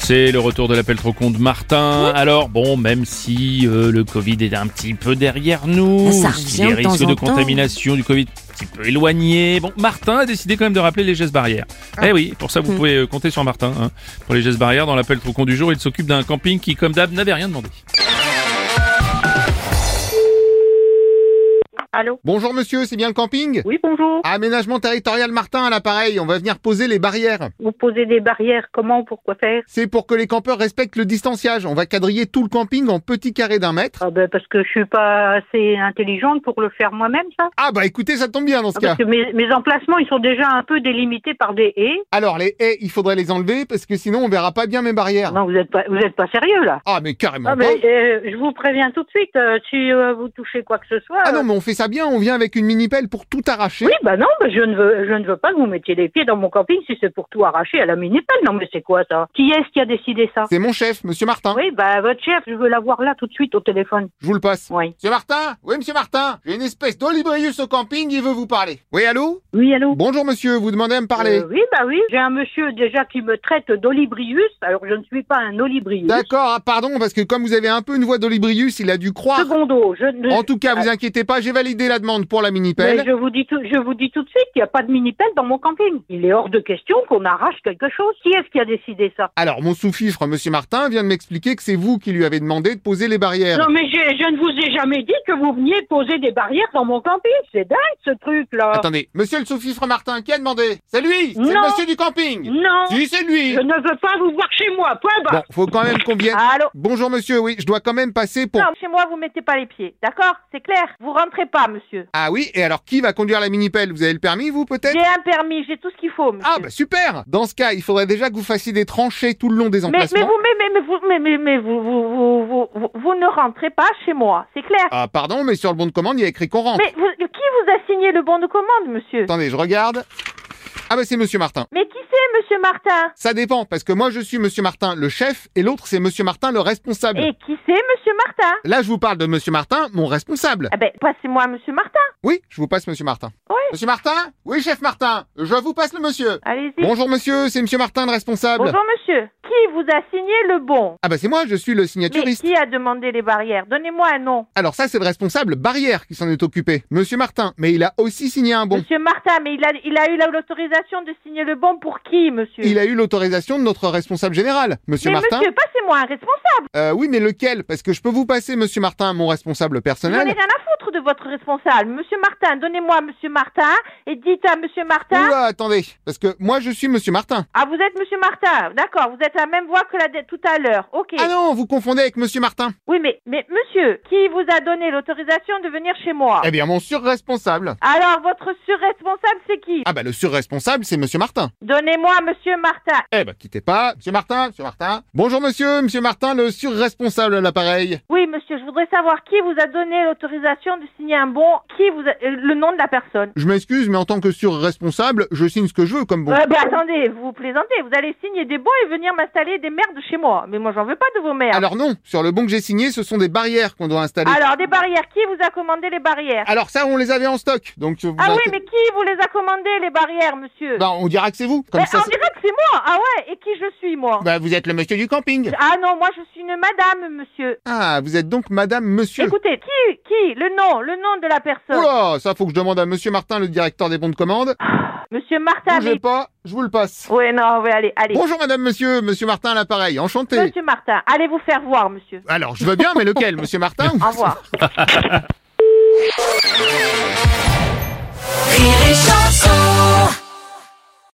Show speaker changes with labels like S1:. S1: C'est le retour de l'appel trop con de Martin. Alors bon, même si euh, le Covid est un petit peu derrière nous,
S2: Ça
S1: si les
S2: revient de temps
S1: risques de
S2: en temps.
S1: contamination du Covid un petit peu éloignés, bon, Martin a décidé quand même de rappeler les gestes barrières.
S2: Ah.
S1: Eh oui, pour
S2: Mm.
S1: ça vous pouvez euh, compter sur Martin. hein. Pour les gestes barrières, dans l'appel trop con du jour, il s'occupe d'un camping qui, comme d'hab, n'avait rien demandé.
S3: Allô
S4: Bonjour monsieur, c'est bien le camping
S3: Oui, bonjour.
S4: Aménagement territorial Martin à l'appareil, on va venir poser les barrières.
S3: Vous posez des barrières, comment, pourquoi faire
S4: C'est pour que les campeurs respectent le distanciage. On va quadriller tout le camping en petits carrés d'un mètre.
S3: ah ben, Parce que je suis pas assez intelligente pour le faire moi-même, ça.
S4: Ah bah écoutez, ça tombe bien dans ce
S3: Ah,
S4: cas.
S3: parce que mes, mes emplacements, ils sont déjà un peu délimités par des haies.
S4: Alors les haies, il faudrait les enlever parce que sinon on verra pas bien mes barrières.
S3: Non, vous n'êtes pas, vous êtes pas sérieux, là.
S4: Ah mais carrément
S3: Ah,
S4: pas.
S3: mais, euh, je vous préviens tout de suite, euh, si euh, vous touchez quoi que ce soit...
S4: Ah non
S3: euh,
S4: mais on fait ça bien, on vient avec une mini pelle pour tout arracher.
S3: Oui, bah non, bah je, ne veux, je ne veux pas que vous mettiez les pieds dans mon camping si c'est pour tout arracher à la mini-pelle. Non, mais c'est quoi, ça Qui est-ce qui a décidé ça
S4: C'est mon chef, monsieur Martin.
S3: Oui, bah votre chef, je veux l'avoir là tout de suite au téléphone.
S4: Je vous le passe.
S3: Oui.
S4: Monsieur Martin Oui monsieur Martin, j'ai une espèce d'olibrius au camping, il veut vous parler. Oui allô
S3: Oui, allô
S4: Bonjour monsieur, vous demandez à me parler.
S3: Euh, oui, bah oui. J'ai un monsieur déjà qui me traite d'olibrius, alors je ne suis pas un olibrius.
S4: D'accord, ah, pardon, parce que comme vous avez un peu une voix d'olibrius, il a dû croire.
S3: Secondo, je ne.
S4: En tout cas, vous inquiétez pas, j'ai validé la demande pour la
S3: Mais
S4: mini-pelle.
S3: je vous dis tout, je vous dis tout de suite, il n'y a pas de mini pelle dans mon camping. Il est hors de question qu'on arrache quelque chose. Qui est-ce qui a décidé ça
S4: Alors, mon sous-fifre, Monsieur Martin, vient de m'expliquer que c'est vous qui lui avez demandé de poser les barrières.
S3: Non mais j'ai- je ne vous ai jamais dit que vous veniez poser des barrières dans mon camping. C'est dingue ce truc là.
S4: Attendez, Monsieur le sous-fifre Martin, qui a demandé C'est lui C'est
S3: Non.
S4: le monsieur du camping
S3: Non,
S4: Si, c'est lui
S3: je ne Ah. veux pas vous voir chez moi. Point
S4: Bon,
S3: barre.
S4: faut quand même qu'on vienne.
S3: Allô.
S4: Bonjour monsieur, oui, je dois quand même passer pour...
S5: Non, chez moi, vous mettez pas les pieds. D'accord C'est clair Vous rentrez pas, monsieur.
S4: Ah oui, et alors qui va conduire la mini-pelle Vous avez le permis, vous, peut-être
S5: J'ai un permis, j'ai tout ce qu'il faut, monsieur.
S4: Ah bah super Dans ce cas, il faudrait déjà que vous fassiez des tranchées tout le long des
S5: mais,
S4: emplacements.
S5: mais vous, mais, mais, mais vous, mais, mais, mais vous, vous, vous, vous, vous- vous ne rentrez pas chez moi. C'est clair
S4: Ah pardon, mais sur le bon de commande, il y a écrit qu'on rentre.
S5: Mais vous- qui vous a signé le bon de commande, monsieur
S4: Attendez, je regarde. Ah bah c'est monsieur Martin.
S5: Mais qui c'est, monsieur Martin
S4: Ça dépend, parce que moi je suis Monsieur Martin le chef et l'autre c'est Monsieur Martin le responsable.
S5: Et qui c'est, monsieur Martin
S4: Là je vous parle de Monsieur Martin, mon responsable.
S5: Ah ben, passez-moi, monsieur Martin.
S4: Oui, je vous passe Monsieur Martin.
S5: Oui.
S4: Monsieur Martin Oui, chef Martin, je vous passe le monsieur.
S5: Allez-y.
S4: Bonjour monsieur, c'est Monsieur Martin le responsable.
S5: Bonjour, monsieur. Qui vous a signé le bon
S4: Ah bah c'est moi, je suis le
S5: Mais
S4: signaturiste.
S5: qui a demandé les barrières Donnez-moi un nom.
S4: Alors ça c'est le responsable barrière qui s'en est occupé, Monsieur Martin, mais il a aussi signé un bon.
S5: Monsieur Martin, mais il a, il a eu la- l'autorisation de signer le bon pour qui, monsieur
S4: Il a eu l'autorisation de notre responsable général, Monsieur
S5: mais
S4: Martin.
S5: monsieur, passez-moi un responsable.
S4: Euh, oui, mais lequel Parce que je peux vous passer Monsieur Martin, mon responsable
S5: J'en ai
S4: personnel.
S5: rien à foutre de votre responsable. Monsieur Martin, donnez-moi monsieur Martin et dites à monsieur Martin.
S4: Oula, attendez, parce que moi je suis Monsieur Martin.
S5: Ah, vous êtes monsieur Martin. D'accord, vous êtes la même voix que la de- tout à l'heure. Ok.
S4: Ah non, vous confondez avec Monsieur Martin.
S5: oui, mais, mais monsieur, qui vous a donné l'autorisation de venir chez moi
S4: Eh bien, mon surresponsable.
S5: Alors, votre surresponsable, c'est qui
S4: Ah bah le surresponsable, c'est Monsieur Martin.
S5: Donnez-moi monsieur Martin.
S4: Eh bah quittez pas, Monsieur Martin, Monsieur Martin. Bonjour Monsieur, Monsieur Martin, le surresponsable à l'appareil.
S5: Oui, monsieur, je voudrais savoir qui vous a donné l'autorisation de signer un bon, qui vous a- euh, le nom de la personne.
S4: Je m'excuse, mais en tant que surresponsable, je signe ce que je veux comme bon.
S5: Euh, bah, attendez, vous vous plaisantez, vous allez signer des bons et venir m'installer des merdes chez moi. Mais moi, j'en veux pas de vos merdes.
S4: Alors non, sur le bon que j'ai signé, ce sont des barrières qu'on doit installer.
S5: Alors, des barrières, qui vous a commandé les barrières
S4: Alors ça, on les avait en stock, donc. Ah, vous
S5: Ah oui,
S4: inquiétez-
S5: mais qui vous les a commandées, les barrières, monsieur
S4: Bah on dira que c'est vous, comme
S5: Mais
S4: ça.
S5: On
S4: c'est-
S5: dirait que c'est moi Ah ouais, et qui je suis, moi
S4: Bah vous êtes le Monsieur du camping.
S5: Ah non, moi, je suis une madame, monsieur.
S4: Ah, vous êtes donc Madame Monsieur.
S5: Écoutez, qui, qui Le nom, le nom de la personne.
S4: Oula, ça faut que je demande à Monsieur Martin, le directeur des bons de commande.
S5: Monsieur Martin,
S4: Bougez pas, je vous le passe.
S5: mais... Ouais, non, ouais, allez, allez.
S4: Bonjour Madame Monsieur, Monsieur Martin à l'appareil, enchanté.
S5: Monsieur Martin, allez vous faire voir, monsieur.
S4: Ah, Alors, je veux bien, mais lequel Monsieur Martin ou-
S5: Au revoir.